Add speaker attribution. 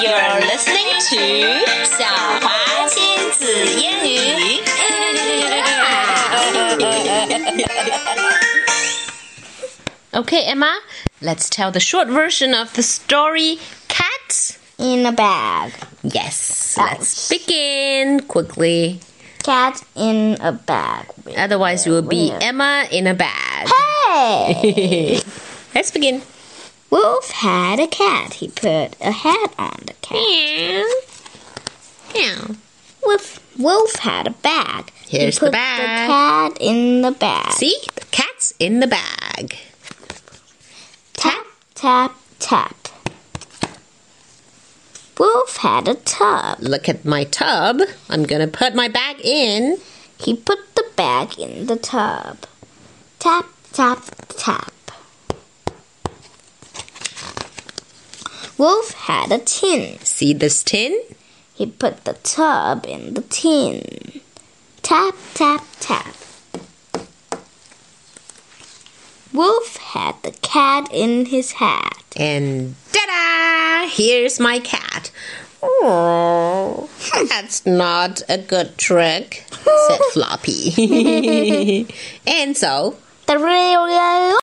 Speaker 1: You're listening to 小华亲子英语。
Speaker 2: Okay, Emma, let's tell the short version of the story Cats.
Speaker 3: in a bag.
Speaker 2: Yes, let's begin quickly.
Speaker 3: Cat in a bag.
Speaker 2: Otherwise, you will be Emma in a bag.
Speaker 3: Hey!
Speaker 2: let's begin.
Speaker 3: Wolf had a cat. He put a hat on the cat.
Speaker 2: Yeah.
Speaker 3: Wolf, Wolf had a bag.
Speaker 2: Here's
Speaker 3: he
Speaker 2: the
Speaker 3: put
Speaker 2: bag.
Speaker 3: cat in the bag.
Speaker 2: See, the cat's in the bag.
Speaker 3: Tap, tap, tap. Wolf had a tub.
Speaker 2: Look at my tub. I'm gonna put my bag in.
Speaker 3: He put the bag in the tub. Tap, tap, tap. Wolf had a tin.
Speaker 2: See this tin?
Speaker 3: He put the tub in the tin. Tap, tap, tap. Wolf had the cat in his hat.
Speaker 2: And ta-da! Here's my cat. Oh, that's not a good trick, said Floppy. and so
Speaker 3: The real